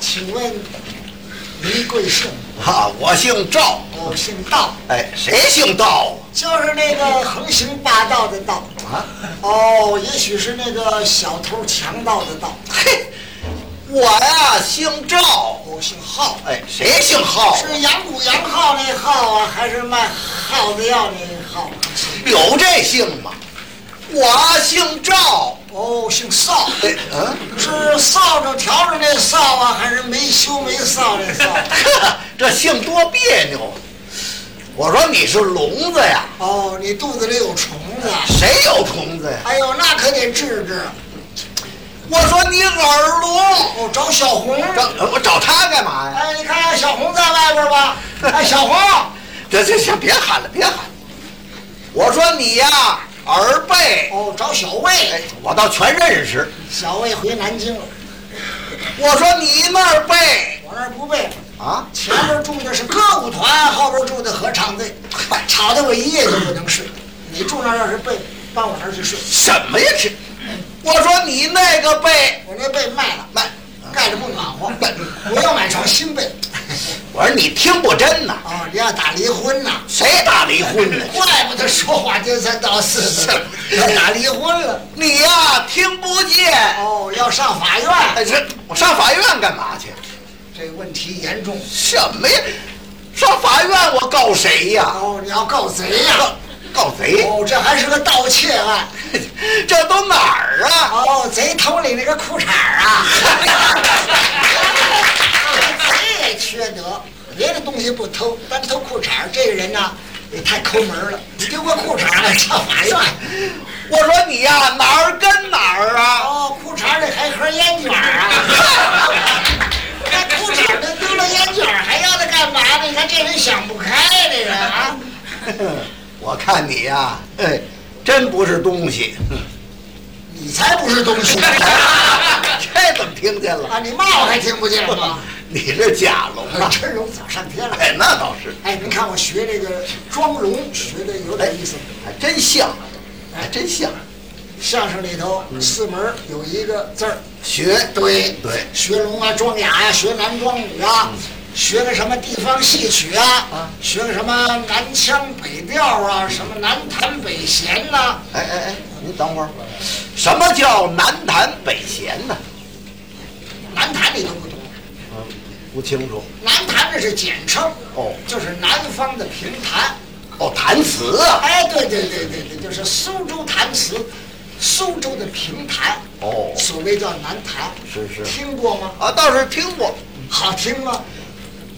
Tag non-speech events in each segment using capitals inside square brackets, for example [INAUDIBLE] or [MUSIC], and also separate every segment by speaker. Speaker 1: 请问您贵姓？
Speaker 2: 啊，我姓赵，
Speaker 1: 我呃姓道，
Speaker 2: 哎，谁姓赵
Speaker 1: 就是那个横行霸道的道。
Speaker 2: 啊？
Speaker 1: 哦，也许是那个小偷强盗的道。
Speaker 2: 嘿，我呀姓赵，
Speaker 1: 我哦姓浩，
Speaker 2: 哎，谁姓浩？
Speaker 1: 是羊骨羊号那号啊，还是卖耗子药那号？
Speaker 2: 有这姓吗？我姓赵，
Speaker 1: 哦，姓邵，
Speaker 2: 哎，嗯，
Speaker 1: 是扫帚笤帚那扫啊，还是没羞没臊那扫？
Speaker 2: 呵这姓多别扭啊。我说你是聋子呀？
Speaker 1: 哦，你肚子里有虫子啊。
Speaker 2: 谁有虫子呀？
Speaker 1: 哎呦，那可得治治。
Speaker 2: 我说你耳聋，
Speaker 1: 哦，找小红。
Speaker 2: 找我找他干嘛呀？
Speaker 1: 哎，你看小红在外边吧？哎，小红。
Speaker 2: [LAUGHS] 这这行，别喊了，别喊了。我说你呀，耳背，
Speaker 1: 哦，找小魏
Speaker 2: 哎。，我倒全认识。
Speaker 1: 小魏回南京了，
Speaker 2: 我说你那儿背
Speaker 1: 我那儿不背。
Speaker 2: 啊？
Speaker 1: 前面住的是歌舞团，后边住的合唱队，吵得我一夜就不能睡。你住那儿要是背，搬我那儿去睡。
Speaker 2: 什么呀？这？我说你那个背，
Speaker 1: 我那被卖了，
Speaker 2: 卖。
Speaker 1: 盖着不暖和，我要买床新被。
Speaker 2: 我说你听不真呐？
Speaker 1: 哦，你要打离婚呐？
Speaker 2: 谁打离婚呢？
Speaker 1: 怪不得说话颠三倒四的，要打离婚了。
Speaker 2: 你呀、听不见。
Speaker 1: 哦，要上法院，
Speaker 2: 哎，这我上法院干嘛去？
Speaker 1: 这问题严重。
Speaker 2: 什么呀？上法院我告谁呀？
Speaker 1: 哦，你要告贼呀、
Speaker 2: 告告贼？
Speaker 1: 哦，这还是个盗窃案。
Speaker 2: [LAUGHS] 这都哪儿啊？
Speaker 1: 哦，贼偷你那个裤衩儿啊！贼也缺德，别的东西不偷，单偷裤衩儿，这个人呢也太抠门了，丢个裤衩儿还上法院。
Speaker 2: 我说你呀、哪儿跟哪儿啊？
Speaker 1: 哦，裤衩儿里还盒烟卷儿啊！那裤衩儿都丢了烟卷儿，还要它干嘛呢？你看这人想不开，这人啊！
Speaker 2: [LAUGHS] 我看你呀、哎，真不是东西。
Speaker 1: 你才不是东 [LAUGHS] 西
Speaker 2: [LAUGHS] 这怎么听见了？
Speaker 1: 啊！你骂我还听不见 [LAUGHS] 吗？
Speaker 2: [LAUGHS] 你是假聋
Speaker 1: 我
Speaker 2: 啊？
Speaker 1: 真容早上天了。
Speaker 2: 哎，那倒是，
Speaker 1: 哎，您看我学这个妆容学的有点意思。
Speaker 2: 还真像，还真像。
Speaker 1: 相声里头
Speaker 2: 嗯
Speaker 1: 四门儿有一个字儿，
Speaker 2: 学
Speaker 1: 对
Speaker 2: 哎对，嗯
Speaker 1: 学聋啊，装哑呀、学男装女啊，学个什么地方戏曲啊
Speaker 2: 啊，
Speaker 1: 学个什么南腔北调啊，什么南弹北弦呐、
Speaker 2: 哎哎哎，您等会儿，什么叫南弹北弦呢？
Speaker 1: 南弹你都不懂，
Speaker 2: 嗯，不清楚。
Speaker 1: 南弹这是简称，
Speaker 2: 哦
Speaker 1: 就是南方的评弹。
Speaker 2: 哦，弹词啊。
Speaker 1: 哎，对对对对对，就是苏州弹词，苏州的评弹，
Speaker 2: 哦
Speaker 1: 所谓叫南弹，
Speaker 2: 是是
Speaker 1: 听过吗？
Speaker 2: 啊，倒是听过，
Speaker 1: 好听吗？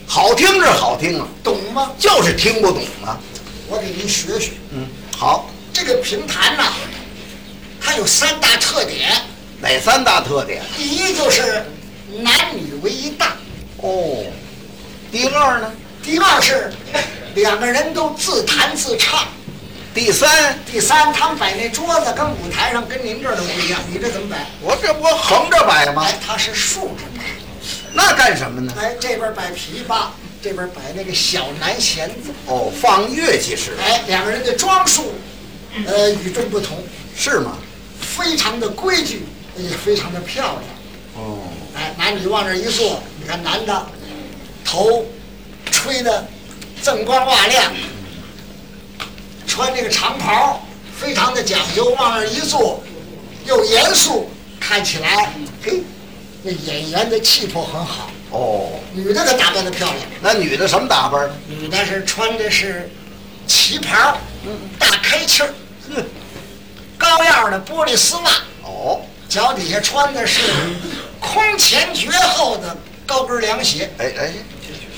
Speaker 2: 好听是好听啊，
Speaker 1: 懂吗？
Speaker 2: 就是听不懂啊。
Speaker 1: 我给您学学。
Speaker 2: 嗯，好，
Speaker 1: 这个评弹呐，它有三大特点，
Speaker 2: 哪三大特点？
Speaker 1: 第一就是男女为一大，
Speaker 2: 哦，第二呢？
Speaker 1: 第二是两个人都自弹自唱，
Speaker 2: 第三，
Speaker 1: 第三他们摆那桌子跟舞台上跟您这儿都不一样，你这怎么摆？
Speaker 2: 我这不横着摆吗？
Speaker 1: 哎，它是竖着摆，
Speaker 2: 那干什么呢？
Speaker 1: 哎，这边摆琵琶，这边摆那个小南弦子，
Speaker 2: 哦，放乐器是
Speaker 1: 哎，两个人的装束，呃，与众不同，
Speaker 2: 是吗？
Speaker 1: 非常的规矩，也非常的漂亮。
Speaker 2: 哦，
Speaker 1: 哎，男女往这一坐，你看男的头吹的锃光瓦亮，穿这个长袍非常的讲究，往那一坐又严肃，看起来嘿，那演员的气魄很好。
Speaker 2: 哦，
Speaker 1: 女的可打扮的漂亮，
Speaker 2: 那女的什么打扮呢？
Speaker 1: 女的是穿的是旗袍，大开气儿，高腰的玻璃丝袜，
Speaker 2: 哦，
Speaker 1: 脚底下穿的是空前绝后的高跟凉鞋。
Speaker 2: 哎哎，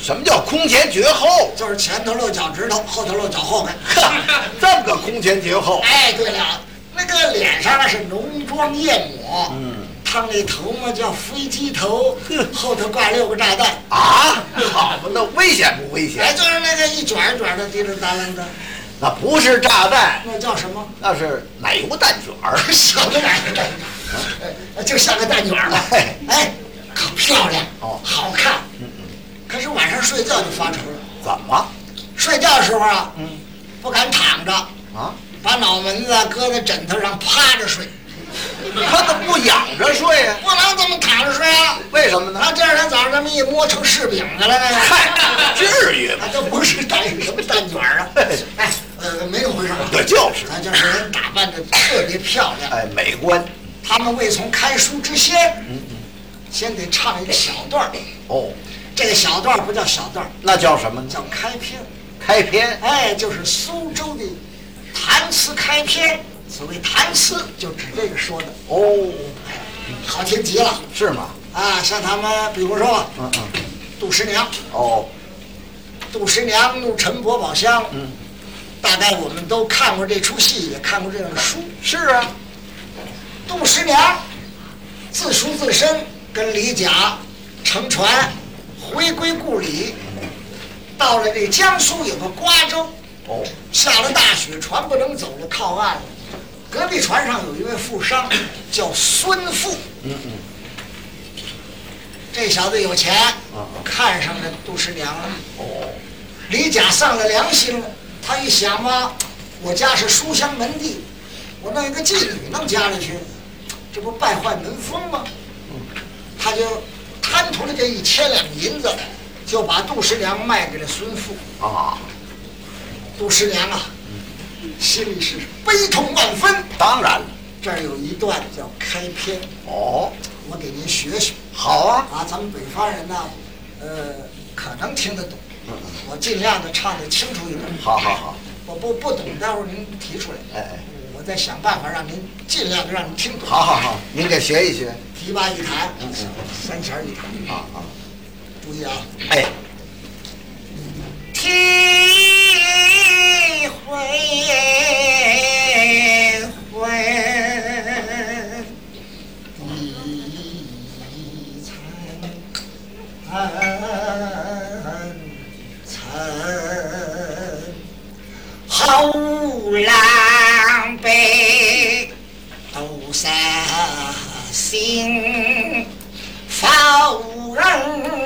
Speaker 2: 什么叫空前绝后？
Speaker 1: 就是前头露脚趾头，后头露脚后跟。
Speaker 2: 哈，这么个空前绝后，
Speaker 1: 哎，对了，那个脸上啊是浓妆艳抹，
Speaker 2: 嗯，
Speaker 1: 烫那头嘛叫飞机头
Speaker 2: 哼，
Speaker 1: 后头挂六个炸弹，
Speaker 2: 啊，好嘛，那危险不危
Speaker 1: 哎，
Speaker 2: 险？
Speaker 1: 就是那个一卷一卷的滴溜达楞的，
Speaker 2: 那不是炸弹，
Speaker 1: 那叫什么？
Speaker 2: 那是奶油蛋卷儿。
Speaker 1: 像个蛋卷儿，哎就像个蛋卷儿吧。
Speaker 2: 哎
Speaker 1: 哎，可漂亮，
Speaker 2: 哦
Speaker 1: 好看。可是晚上睡觉就发愁了，
Speaker 2: 怎么？
Speaker 1: 睡觉的时候啊，
Speaker 2: 嗯，
Speaker 1: 不敢躺着，
Speaker 2: 啊，
Speaker 1: 把脑门啊子搁在枕头上趴着睡。
Speaker 2: 他怎么不仰着睡呀、啊
Speaker 1: 不能这么躺晚上睡啊。
Speaker 2: 为什么呢？
Speaker 1: 那第二天早上咱们一摸成柿饼去了那个。 [LAUGHS]
Speaker 2: 嗨，至于
Speaker 1: 啊，
Speaker 2: 吗？
Speaker 1: 这不是蛋什么蛋卷儿啊？哎，呃，没那回事儿啊。
Speaker 2: 对，就是，
Speaker 1: 咱就是人打扮的特别漂亮。
Speaker 2: 哎，美观
Speaker 1: 他们为从开书之先，
Speaker 2: 嗯
Speaker 1: 先得唱一个小段儿。
Speaker 2: 哦，
Speaker 1: 这个小段儿不叫小段儿，
Speaker 2: 那叫什么呢？
Speaker 1: 叫开篇。
Speaker 2: 开篇
Speaker 1: 哎，就是苏州的弹词开篇。所谓弹词，就指这个说的，
Speaker 2: 哦，
Speaker 1: 好听极了
Speaker 2: 是吗？
Speaker 1: 啊！像他们，比如说
Speaker 2: 嗯嗯，
Speaker 1: 杜十娘，
Speaker 2: 哦，
Speaker 1: 杜十娘怒沉百宝箱，
Speaker 2: 嗯，
Speaker 1: 大概我们都看过这出戏，也看过这本书。
Speaker 2: 是啊，
Speaker 1: 杜十娘自赎自身，跟李甲乘船回归故里，到了这江苏有个瓜州，
Speaker 2: 哦，
Speaker 1: 下了大雪，船不能走了，靠岸了。隔壁船上有一位富商，叫孙富。
Speaker 2: 嗯嗯，
Speaker 1: 这小子有钱
Speaker 2: 嗯，
Speaker 1: 看上了杜十娘了。
Speaker 2: 哦，
Speaker 1: 李甲丧了良心了，他一想吧，我家是书香门第，我弄一个妓女弄家里去，这不败坏门风吗？他就贪图了这一千两银子，就把杜十娘卖给了孙富。
Speaker 2: 啊，
Speaker 1: 杜十娘啊，心里是悲痛万分。
Speaker 2: 当然了，
Speaker 1: 这儿有一段叫开篇，
Speaker 2: 哦，
Speaker 1: 我给您学学
Speaker 2: 好啊，
Speaker 1: 啊，咱们北方人呢，呃，可能听得懂，我尽量的唱的清楚一点。
Speaker 2: 好好好，
Speaker 1: 我不不懂，待会儿您提出来，
Speaker 2: 哎哎，
Speaker 1: 我再想办法让您尽量的让您听懂。
Speaker 2: 好好好，您给学一学
Speaker 1: 提拔一弹
Speaker 2: 嗯嗯，
Speaker 1: 三弦一弹，
Speaker 2: 啊啊，
Speaker 1: 注意啊！
Speaker 2: 哎，
Speaker 1: 提回魂，一层层。好狼狈，斗杀心，否认你，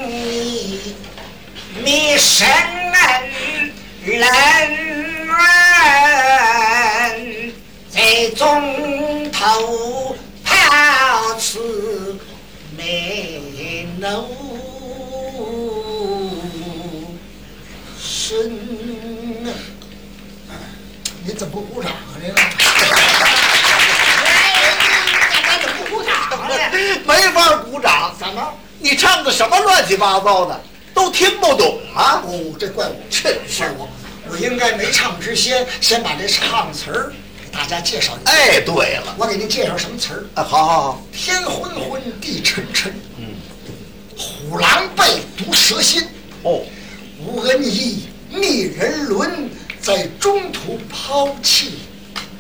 Speaker 1: 你神人在中头抛此没能。身，你怎么不鼓掌啊？这个，哎，怎么不鼓掌呢？
Speaker 2: 没法鼓掌，
Speaker 1: 怎么？
Speaker 2: 你唱的什么乱七八糟的，都听不懂啊？
Speaker 1: 哦，这怪我，
Speaker 2: 真是
Speaker 1: 怪我，我应该没唱之先，先把这唱词儿给大家介绍一下。
Speaker 2: 哎，对了，
Speaker 1: 我给您介绍什么词儿？
Speaker 2: 哎，好好好，
Speaker 1: 天昏昏，地沉沉，
Speaker 2: 嗯，
Speaker 1: 虎狼狈，毒蛇心，
Speaker 2: 哦，
Speaker 1: 无恩义，逆人伦，在中途抛弃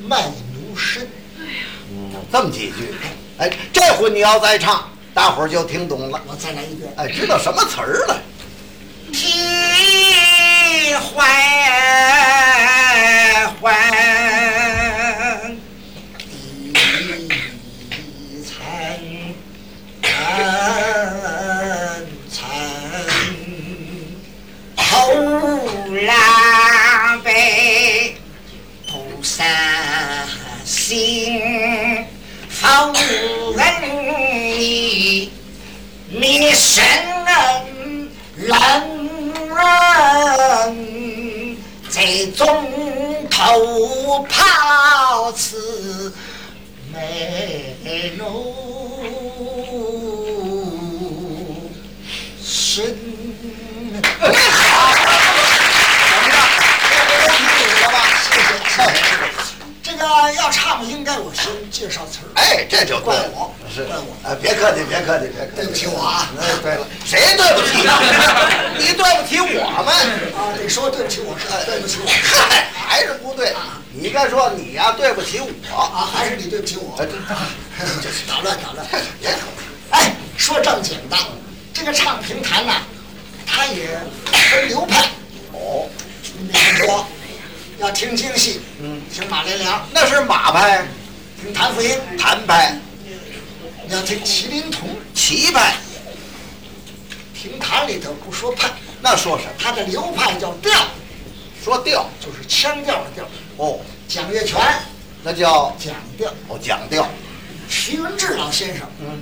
Speaker 1: 卖奴身。
Speaker 2: 嗯，这么几句，哎，这回你要再唱，大伙儿就听懂了，
Speaker 1: 我再来一遍。
Speaker 2: 哎，知道什么词儿了？
Speaker 1: 替还还一层层好狼狈，不杀心，否认你。你神人人在中头抛此美奴身。
Speaker 2: 怎么样？听懂了吧？
Speaker 1: 谢谢。这个要唱，应该我先介绍词儿。
Speaker 2: 哎，这就对
Speaker 1: 怪
Speaker 2: 了
Speaker 1: 我
Speaker 2: 是
Speaker 1: 怪我
Speaker 2: 哎，别客气，别客气，别客气，
Speaker 1: 对不起我啊
Speaker 2: 哎，对了，谁对不起你？你对不起我们？
Speaker 1: 啊，得说对不起，我是对不起我是
Speaker 2: 嗨，还是不对。啊你应该说你呀、对不起我。
Speaker 1: 啊，还是你对不起我。
Speaker 2: 哎，这
Speaker 1: [LAUGHS] 捣乱捣
Speaker 2: [LAUGHS]
Speaker 1: 乱。
Speaker 2: 别客
Speaker 1: 哎，说正经的，这个唱评弹呐、它也分流派。
Speaker 2: 哦，
Speaker 1: 你看说，要听京戏，
Speaker 2: 嗯，
Speaker 1: 听马连良，
Speaker 2: 那是马拍、
Speaker 1: 听谭富英；
Speaker 2: 谭拍、
Speaker 1: 你要听麒麟童，
Speaker 2: 棋拍，
Speaker 1: 评弹里头不说派，
Speaker 2: 那说什么？
Speaker 1: 它的流派叫调，
Speaker 2: 说调
Speaker 1: 就是腔调的调。
Speaker 2: 哦，
Speaker 1: 蒋月泉
Speaker 2: 那叫
Speaker 1: 讲调，
Speaker 2: 哦讲调。
Speaker 1: 徐云志老先生，
Speaker 2: 嗯，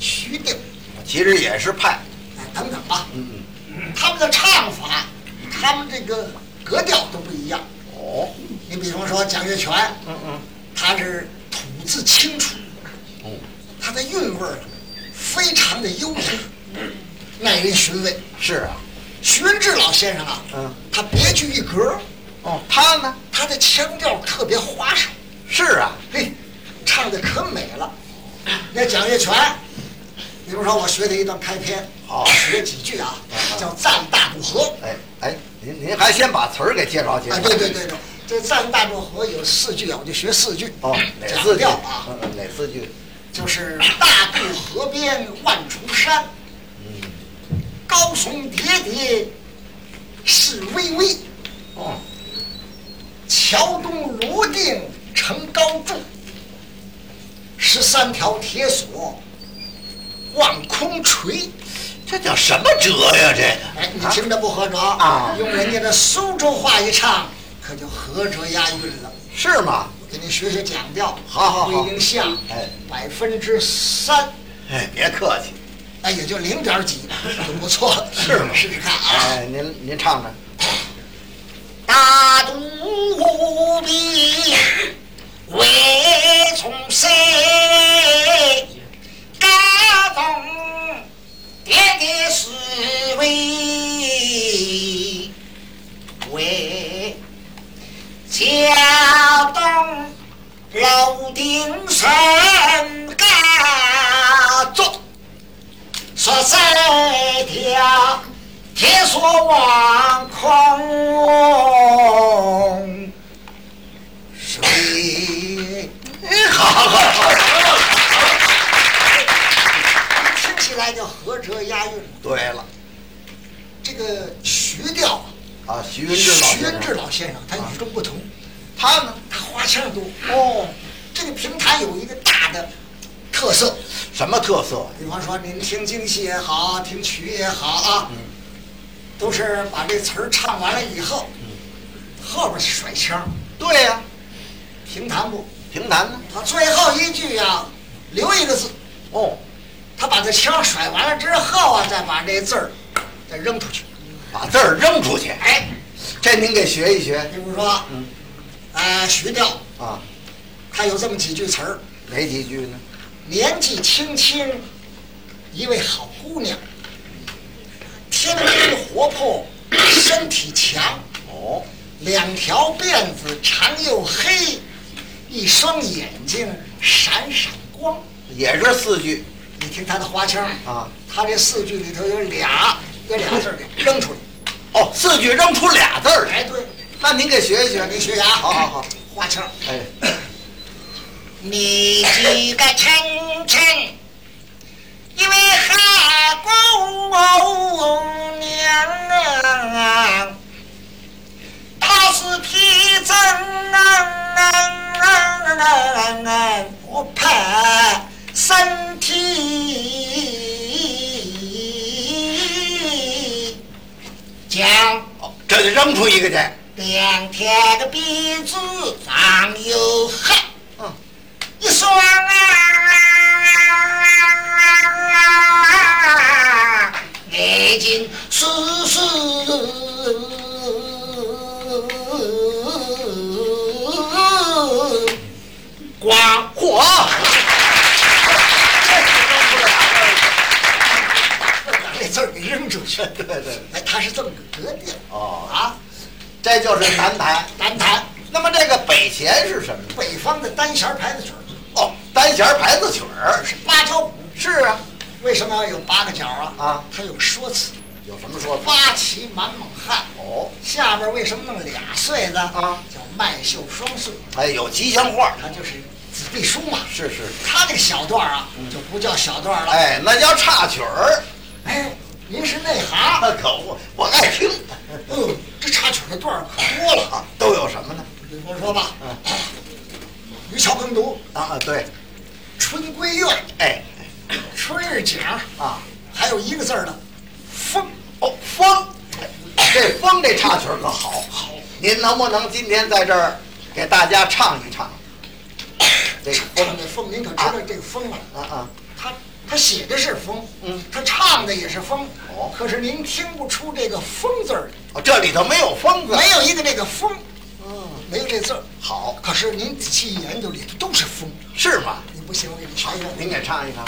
Speaker 1: 徐定
Speaker 2: 其实也是派。
Speaker 1: 啊等等吧，
Speaker 2: 嗯
Speaker 1: 他们的唱法，他们这个格调都不一样。
Speaker 2: 哦，
Speaker 1: 你比方说蒋月泉，
Speaker 2: 嗯嗯，
Speaker 1: 他是吐字清楚，
Speaker 2: 哦，
Speaker 1: 他的韵味儿非常的优雅，
Speaker 2: 嗯
Speaker 1: 耐人寻味。
Speaker 2: 是啊，
Speaker 1: 徐文志老先生啊，
Speaker 2: 嗯，
Speaker 1: 他别具一格，
Speaker 2: 哦，他呢？
Speaker 1: 他的腔调特别花哨，
Speaker 2: 是啊，
Speaker 1: 嘿，唱的可美了。那蒋月泉，比如说我学的一段开篇，
Speaker 2: 好
Speaker 1: 学几句啊，叫《赞大渡河》。
Speaker 2: 哎哎，您您还先把词儿给介绍介绍。
Speaker 1: 啊，对对对对，这《赞大渡河》有四句啊，我就学四句。
Speaker 2: 哦，哪
Speaker 1: 讲
Speaker 2: 四句？
Speaker 1: 调啊，
Speaker 2: 嗯嗯哪四句？
Speaker 1: 就是大渡河边万重山，
Speaker 2: 嗯，
Speaker 1: 高耸叠叠是巍巍，
Speaker 2: 哦，
Speaker 1: 桥东罗定成高筑，十三条铁索望空垂。
Speaker 2: 这叫什么辙呀？这
Speaker 1: 哎，你听着不合辙
Speaker 2: 啊
Speaker 1: 用人家的苏州话一唱，可就合辙押韵了。
Speaker 2: 个是吗？
Speaker 1: 我给你学学讲调，
Speaker 2: 好好好
Speaker 1: 归零下，
Speaker 2: 哎，
Speaker 1: 百分之三，
Speaker 2: 哎，别客气。
Speaker 1: 哎，也就零点几，就不错了，
Speaker 2: 是吗
Speaker 1: 试试看啊。
Speaker 2: 哎，您您唱唱。啊
Speaker 1: 大渡无边为从山，
Speaker 3: 高中点点是为为江东楼顶神高筑，十三条铁索望空水。
Speaker 2: 哎，好好好好。
Speaker 1: 听起来叫合辙押韵。
Speaker 2: 对了，
Speaker 1: 这个曲调啊，
Speaker 2: 啊，徐云志老
Speaker 1: 徐
Speaker 2: 先
Speaker 1: 文
Speaker 2: 生
Speaker 1: 志老先生他与众不同，
Speaker 2: 他呢？
Speaker 1: 他花腔多。哦，这个评弹有一个大的特色，
Speaker 2: 什么特色？
Speaker 1: 比方说您听京戏也好，听曲也好啊，都是把这词儿唱完了以后，后边甩腔，
Speaker 2: 对呀、
Speaker 1: 评弹不？
Speaker 2: 评弹呢？
Speaker 1: 他最后一句啊，留一个字，
Speaker 2: 哦，
Speaker 1: 他把这腔甩完了之后啊，再把这字儿再扔出去。
Speaker 2: 把字儿扔出去。
Speaker 1: 哎，
Speaker 2: 这您给学一学
Speaker 1: 比如说，
Speaker 2: 嗯
Speaker 1: 呃，徐调，
Speaker 2: 啊？
Speaker 1: 他有这么几句词儿。
Speaker 2: 哪几句呢？
Speaker 1: 年纪轻轻，一位好姑娘，天真活泼，身体强，
Speaker 2: 哦，
Speaker 1: 两条辫子长又黑，一双眼睛闪闪光。
Speaker 2: 也是四句
Speaker 1: 你听他的花腔，
Speaker 2: 啊。
Speaker 1: 他这四句里头有俩，有俩字儿给扔出来。
Speaker 2: 哦，四句扔出俩字儿来。
Speaker 1: 哎，对，
Speaker 2: 那您给学一学
Speaker 1: 让，您学牙。啊
Speaker 2: 好好好，
Speaker 1: 花腔。
Speaker 2: 哎，
Speaker 3: 你几个亲亲，因为汉宫娘啊，她是披针啊啊啊啊啊，我怕身体僵。
Speaker 2: 哦这就扔出一个去。
Speaker 3: 两条的鼻子长又黑，
Speaker 2: 嗯
Speaker 3: 一双啊眼睛是是光。
Speaker 2: 嚯！
Speaker 1: 把这字儿 [LAUGHS] 给扔出去。
Speaker 2: [LAUGHS] 对对对
Speaker 1: 哎，他是这么个格调
Speaker 2: 哦
Speaker 1: 啊，
Speaker 2: 这就是南弹。
Speaker 1: 单弹
Speaker 2: 那么这个北弦是什么呢？
Speaker 1: 北方的单弦牌子曲儿，
Speaker 2: 哦，单弦牌子曲儿
Speaker 1: 是芭蕉鼓。
Speaker 2: 是啊，
Speaker 1: 为什么要有八个角啊？
Speaker 2: 啊
Speaker 1: 它有说辞。
Speaker 2: 有什么说法？
Speaker 1: 八旗满蒙汉，
Speaker 2: 哦，
Speaker 1: 下边为什么弄俩穗子
Speaker 2: 啊？
Speaker 1: 叫麦秀双穗，
Speaker 2: 哎，有吉祥话，
Speaker 1: 它就是子弟书嘛。
Speaker 2: 是是，
Speaker 1: 他那个小段儿啊，就不叫小段儿了。
Speaker 2: 嗯哎，那叫插曲儿，
Speaker 1: 哎，您是内行，
Speaker 2: 那可不，我爱听
Speaker 1: 嗯，这插曲的段儿可多了。
Speaker 2: 啊，都有什么呢？
Speaker 1: 比方说吧
Speaker 2: 嗯，
Speaker 1: 渔樵耕读、
Speaker 2: 啊，对，
Speaker 1: 春闺院、
Speaker 2: 哎
Speaker 1: 春日景，
Speaker 2: 啊，
Speaker 1: 还有一个字儿的风。
Speaker 2: 哦，风，哎这风这插曲儿可好，好，您能不能今天在这儿给大家 [COUGHS] 唱一唱？这个
Speaker 1: 唱
Speaker 2: 风
Speaker 1: 这风，您可知道这个风啊？
Speaker 2: 啊啊，
Speaker 1: 它他写的是风，
Speaker 2: 嗯，
Speaker 1: 他唱的也是风，
Speaker 2: 哦
Speaker 1: 可是您听不出这个风字儿，
Speaker 2: 哦，这里头没有疯子。
Speaker 1: 没有一个这个风，
Speaker 2: 嗯，
Speaker 1: 没有这字儿。
Speaker 2: 好，
Speaker 1: 可是您仔细研究里头都是风，
Speaker 2: 是吗？
Speaker 1: 你不信我给你唱一个。
Speaker 2: 您给唱一唱。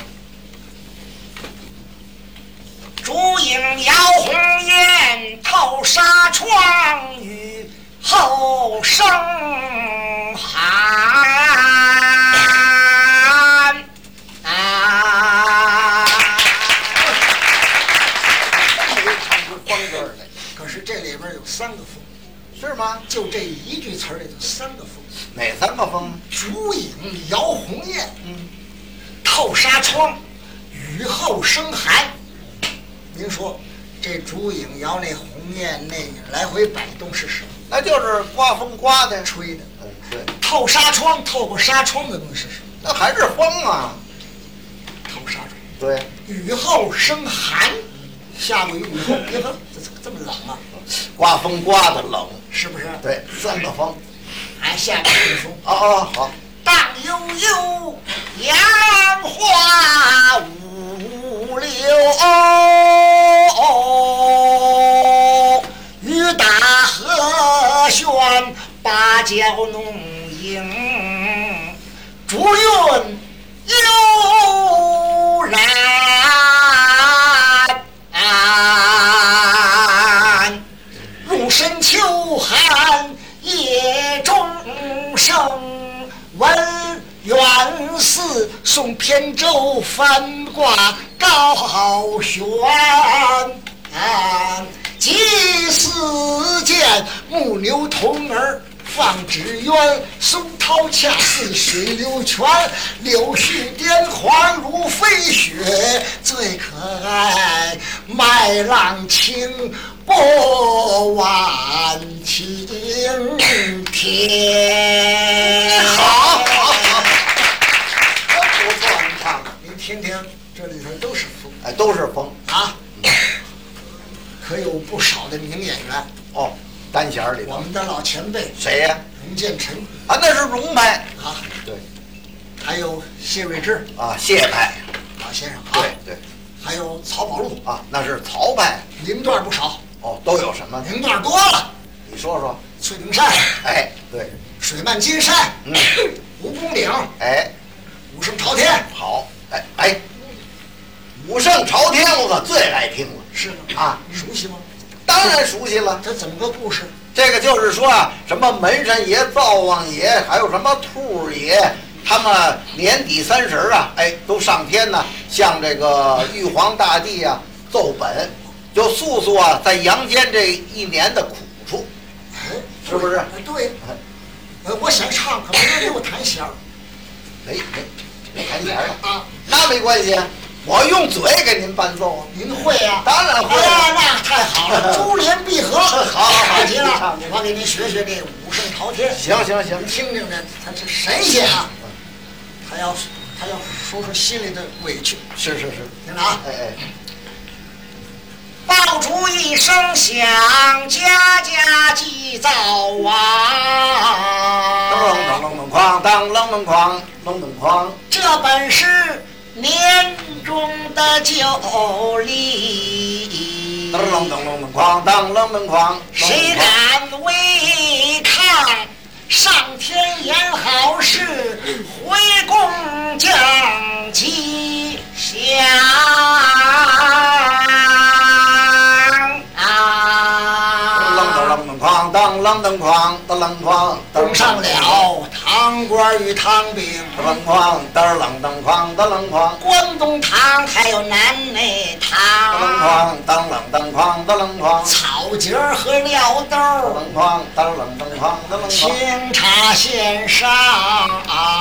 Speaker 3: 烛影摇红烟，透纱窗，雨后生寒。啊！
Speaker 2: 没哎唱出疯字儿来，
Speaker 1: 可是这里边有三个风，
Speaker 2: 是吗？
Speaker 1: 就这一句词儿里头三个风。
Speaker 2: 哪三个疯？
Speaker 1: 烛影摇红艳，
Speaker 2: 嗯，
Speaker 1: 透纱窗，雨后生寒。您说这烛影摇那红艳，那个来回摆动是什么？
Speaker 2: 那就是刮风刮的。
Speaker 1: 吹的。
Speaker 2: 嗯，对，
Speaker 1: 透纱窗，透过纱窗的东西是什么？
Speaker 2: 那还是风啊。
Speaker 1: 透纱窗。
Speaker 2: 对，
Speaker 1: 雨后生寒，下过雨以后，别冷，这这这么冷啊？
Speaker 2: 刮风刮的冷。
Speaker 1: 是不是？
Speaker 2: 对，三个风。
Speaker 1: 还下过雨风。
Speaker 2: 哦哦，好，
Speaker 3: 荡悠悠，杨花五柳。雨打河旋，芭蕉弄影，竹韵悠然。入深秋寒夜中生，文远寺送扁舟翻挂高悬。
Speaker 1: 即似见木牛童儿放纸鸢，松涛恰似水流泉，柳絮颠滑如飞雪，最可爱麦浪清，波晚晴天。
Speaker 2: 好，好，好，真不错，您唱的。
Speaker 1: 您听听，这里头都是风
Speaker 2: 哎，都是风。
Speaker 1: 啊，可有不少的名演员。
Speaker 2: 哦，单弦儿里
Speaker 1: 我
Speaker 2: 头。
Speaker 1: 们的老前辈
Speaker 2: 谁呀、
Speaker 1: 洪建臣
Speaker 2: 啊？那是荣派。
Speaker 1: 啊，
Speaker 2: 对。
Speaker 1: 还有谢瑞智
Speaker 2: 啊，谢派。
Speaker 1: 老先生啊
Speaker 2: 对，对。
Speaker 1: 还有曹宝路，
Speaker 2: 啊，那是曹派。
Speaker 1: 名段不少，
Speaker 2: 哦，都有什么？
Speaker 1: 名段多了。
Speaker 2: 你说说。
Speaker 1: 翠屏山、
Speaker 2: 哎，对，
Speaker 1: 水漫金山、
Speaker 2: 嗯，
Speaker 1: 吴公岭、
Speaker 2: 哎。
Speaker 1: 武圣朝天，
Speaker 2: 好，哎哎，武圣朝天，我可最爱听了，
Speaker 1: 是吗？
Speaker 2: 啊，
Speaker 1: 熟悉吗？
Speaker 2: 当然熟悉了。
Speaker 1: 这怎么个故事？
Speaker 2: 这个就是说啊，什么门神爷、灶王爷，还有什么兔儿爷，他们年底三十儿啊，哎，都上天呢，向这个玉皇大帝啊奏本，就诉诉啊在阳间这一年的苦处。
Speaker 1: 哎，
Speaker 2: 是不是
Speaker 1: 哎对
Speaker 2: 哎，
Speaker 1: 呃，我想唱，可没人给我弹弦儿
Speaker 2: 没没没谈钱了，
Speaker 1: 啊。
Speaker 2: 那没关系，啊我用嘴给您伴奏啊，
Speaker 1: 您会呀、
Speaker 2: 当然会
Speaker 1: 哎
Speaker 2: 了。
Speaker 1: 呀，那太好
Speaker 2: [LAUGHS]
Speaker 1: 了，珠联璧合，
Speaker 2: 好好好
Speaker 1: 极
Speaker 2: 你唱
Speaker 1: 了
Speaker 2: 你！唱
Speaker 1: 我给您学学这武圣朝天。
Speaker 2: 行行行
Speaker 1: 你，听听这，他是神仙啊！
Speaker 2: 嗯
Speaker 1: 他要他要说说心里的委屈，
Speaker 2: 是是是，
Speaker 1: 听着啊！
Speaker 2: 哎哎。
Speaker 3: 爆竹一声响，家家祭灶
Speaker 2: 噔
Speaker 3: 王。
Speaker 2: 噔噔噔噔噔哐当噔噔哐噔噔哐，
Speaker 3: 这本是年中的旧礼
Speaker 2: 噔，噔噔噔噔哐当噔噔哐。
Speaker 3: 谁敢违抗？上天言好事，回宫降吉祥。
Speaker 2: 噔噔噔噔哐当噔噔哐噔噔哐，
Speaker 1: 登上了糖官与汤饼，
Speaker 2: 噔噔哐噔噔噔哐噔噔哐。
Speaker 3: 关东堂还有南内
Speaker 2: 噔
Speaker 3: 堂，
Speaker 2: 哐当噔噔哐噔噔哐，
Speaker 1: 草
Speaker 3: 角儿和料豆
Speaker 2: 噔
Speaker 3: 儿，
Speaker 2: 噔哐噔噔噔哐噔噔哐，
Speaker 1: 清茶献上，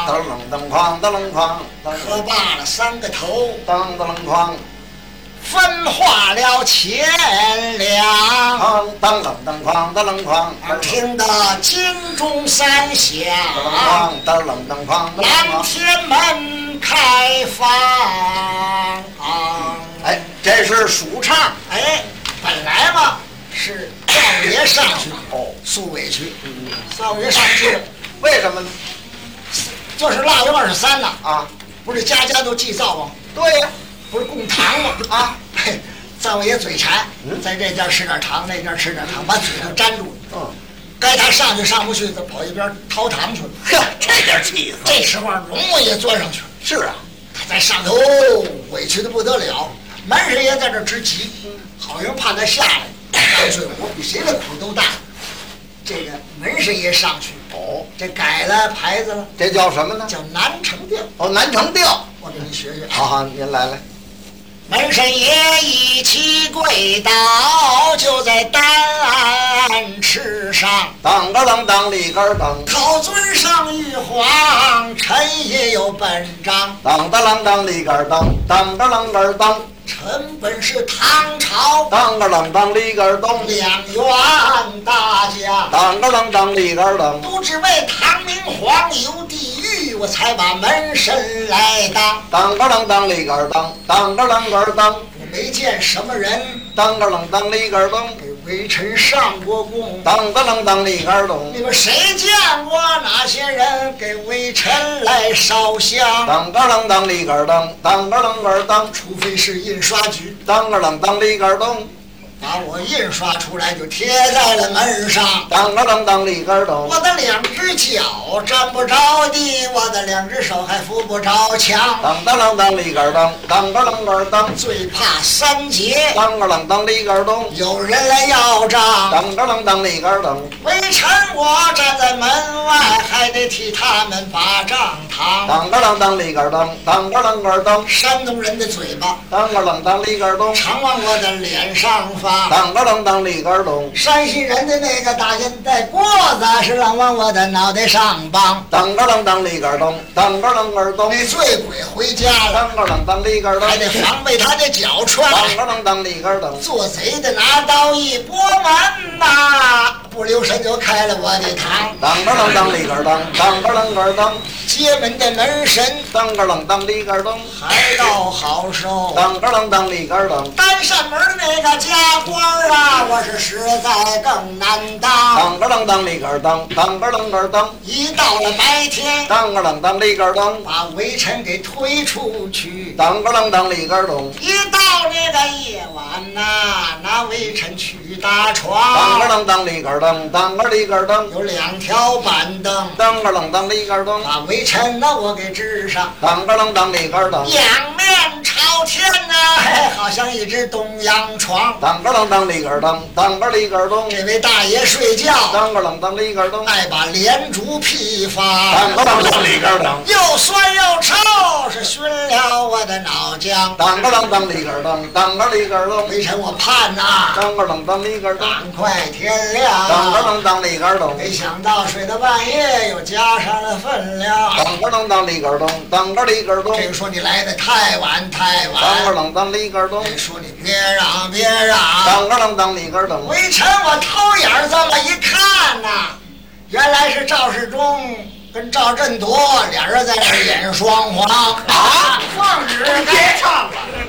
Speaker 2: 噔噔噔哐噔噔哐
Speaker 1: 喝
Speaker 2: 噔
Speaker 1: 罢了三个头，
Speaker 2: 噔噔哐，
Speaker 1: 分化了钱粮。
Speaker 2: 当噔噔噔哐噔噔哐，
Speaker 1: 耳听得金钟三响，
Speaker 2: 噔噔哐噔噔噔哐噔噔
Speaker 1: 南
Speaker 2: 哐。
Speaker 1: 天门开放。
Speaker 2: 哎，这是数唱。
Speaker 1: 哎，本来嘛是灶爷上去
Speaker 2: 哦，
Speaker 1: 诉委屈，
Speaker 2: 嗯
Speaker 1: 灶爷上去
Speaker 2: 为什么呢？
Speaker 1: 就是腊月二十三呐，
Speaker 2: 啊，
Speaker 1: 不是家家都祭灶吗？
Speaker 2: 对呀、
Speaker 1: 不是供糖吗？
Speaker 2: 啊，
Speaker 1: 嘿，灶爷嘴馋
Speaker 2: 嗯，
Speaker 1: 在这家吃点糖，那家吃点糖，把嘴都粘住了。
Speaker 2: 嗯，
Speaker 1: 该他上去上不去，他跑一边掏糖去了。
Speaker 2: 呵，这点气死！
Speaker 1: 这时候龙王爷钻上去了，
Speaker 2: 是啊，
Speaker 1: 他在上头委屈的不得了，满神爷在这直急，好像怕他下来，干脆我比谁的苦都大。这个门神爷上去，
Speaker 2: 哦，
Speaker 1: 这改了牌子了，
Speaker 2: 这叫什么呢？
Speaker 1: 叫南城调。
Speaker 2: 哦，南城调。
Speaker 1: 我给你学啊学。
Speaker 2: 好好，您来来。
Speaker 3: 门神爷一起跪倒，就在丹案池上。
Speaker 2: 当个当当里根儿当，
Speaker 1: 陶尊上玉皇，臣也有本章，
Speaker 2: 当当啷当里根儿当，当个啷个儿当，
Speaker 1: 臣本是唐朝
Speaker 2: 当个啷当里根儿当，
Speaker 1: 两员大将，
Speaker 2: 当个啷当里根儿当。
Speaker 1: 都只为唐明皇游地狱，我才把门神来当。
Speaker 2: 当个啷当里根儿当，当个啷个儿当，
Speaker 1: 我没见什么人
Speaker 2: 当个啷当里根儿当，
Speaker 1: 给微臣上过供，
Speaker 2: 当个啷当里根儿当，
Speaker 1: 你们谁见过哪些人给微臣来烧香？
Speaker 2: 当个啷当里根儿当，当个啷个儿当，
Speaker 1: 除非是印刷局
Speaker 2: 当个啷当里根儿当，
Speaker 1: 把我印刷出来，就贴在了门上。
Speaker 2: 当个啷当里根儿当，
Speaker 1: 我的两只脚沾不着地，我的两只手还扶不着墙，
Speaker 2: 当当啷当里根儿当，当个啷个儿当，
Speaker 1: 最怕三节
Speaker 2: 当个啷当里根儿当，
Speaker 1: 有人来要账。
Speaker 2: 当个啷当里根儿当。
Speaker 1: 微臣我站在门外，还得替他们把账扛。
Speaker 2: 当个啷当里个儿当，当个啷个儿当，
Speaker 1: 山东人的嘴巴
Speaker 2: 当个啷当里个儿当，
Speaker 1: 常往我的脸上发，
Speaker 2: 当个啷当里个儿当，
Speaker 1: 山西人的那个大烟袋锅子是老往我的脑袋上帮。
Speaker 2: 当个啷当里个儿当，当个啷个儿当，
Speaker 1: 那醉鬼回家了，
Speaker 2: 当个啷当里个儿当，
Speaker 1: 还得防备他的脚踹。
Speaker 2: 当个啷当里个儿当，
Speaker 1: 做贼的拿刀一拨门呐，不留神就开了我的膛。
Speaker 2: 当个啷当里个儿当，当个啷个儿当，
Speaker 1: 接门的门神
Speaker 2: 当个啷当里个儿当，
Speaker 1: 还倒好受。
Speaker 2: 当个啷当里个儿当，
Speaker 1: 单扇门那个家官儿啊，我是实在更难当。
Speaker 2: 当个啷当里个儿当，当个啷个儿当，
Speaker 1: 一到了白天，
Speaker 2: 当个啷当里个儿当，
Speaker 1: 把微臣给推出去。
Speaker 2: 当个啷当里个儿当，
Speaker 1: 一到那个夜晚呐、拿微臣去搭
Speaker 2: 当个
Speaker 1: 床。
Speaker 2: 啷当里个儿当，当个里个儿当，
Speaker 1: 有两条板凳，
Speaker 2: 当个啷当里个儿当。
Speaker 1: 把微臣那我给支上。
Speaker 2: 当个啷当里杆儿当，
Speaker 1: 仰面朝天呐、嘿好像一只东洋床。
Speaker 2: 当个啷当里杆儿当，当个里杆儿当，
Speaker 1: 这位大爷睡觉
Speaker 2: 当个啷当里杆儿当，
Speaker 1: 爱把连竹劈
Speaker 2: 当
Speaker 1: 发，
Speaker 2: 个啷当里杆儿当，
Speaker 1: 又酸又臭，是熏了我的脑浆。
Speaker 2: 当个啷当里杆儿当，当个里杆儿当，
Speaker 1: 微臣我盼呐、
Speaker 2: 当个啷当里杆儿当，
Speaker 1: 赶快天
Speaker 2: 当个
Speaker 1: 亮。
Speaker 2: 啷当里杆儿当，
Speaker 1: 没想到睡到半夜又加上了分量。
Speaker 2: 当个啷当里杆儿当，当个里杆儿当，
Speaker 1: 这个说你来的太晚太
Speaker 2: 当个
Speaker 1: 晚，
Speaker 2: 啷当里杆儿当，
Speaker 1: 这说你别嚷别嚷。
Speaker 2: 当个啷当里杆儿当，
Speaker 1: 微臣我偷眼儿这么一看呐、原来是赵世忠跟赵振铎俩人在那儿演双簧啊，放纸该唱了。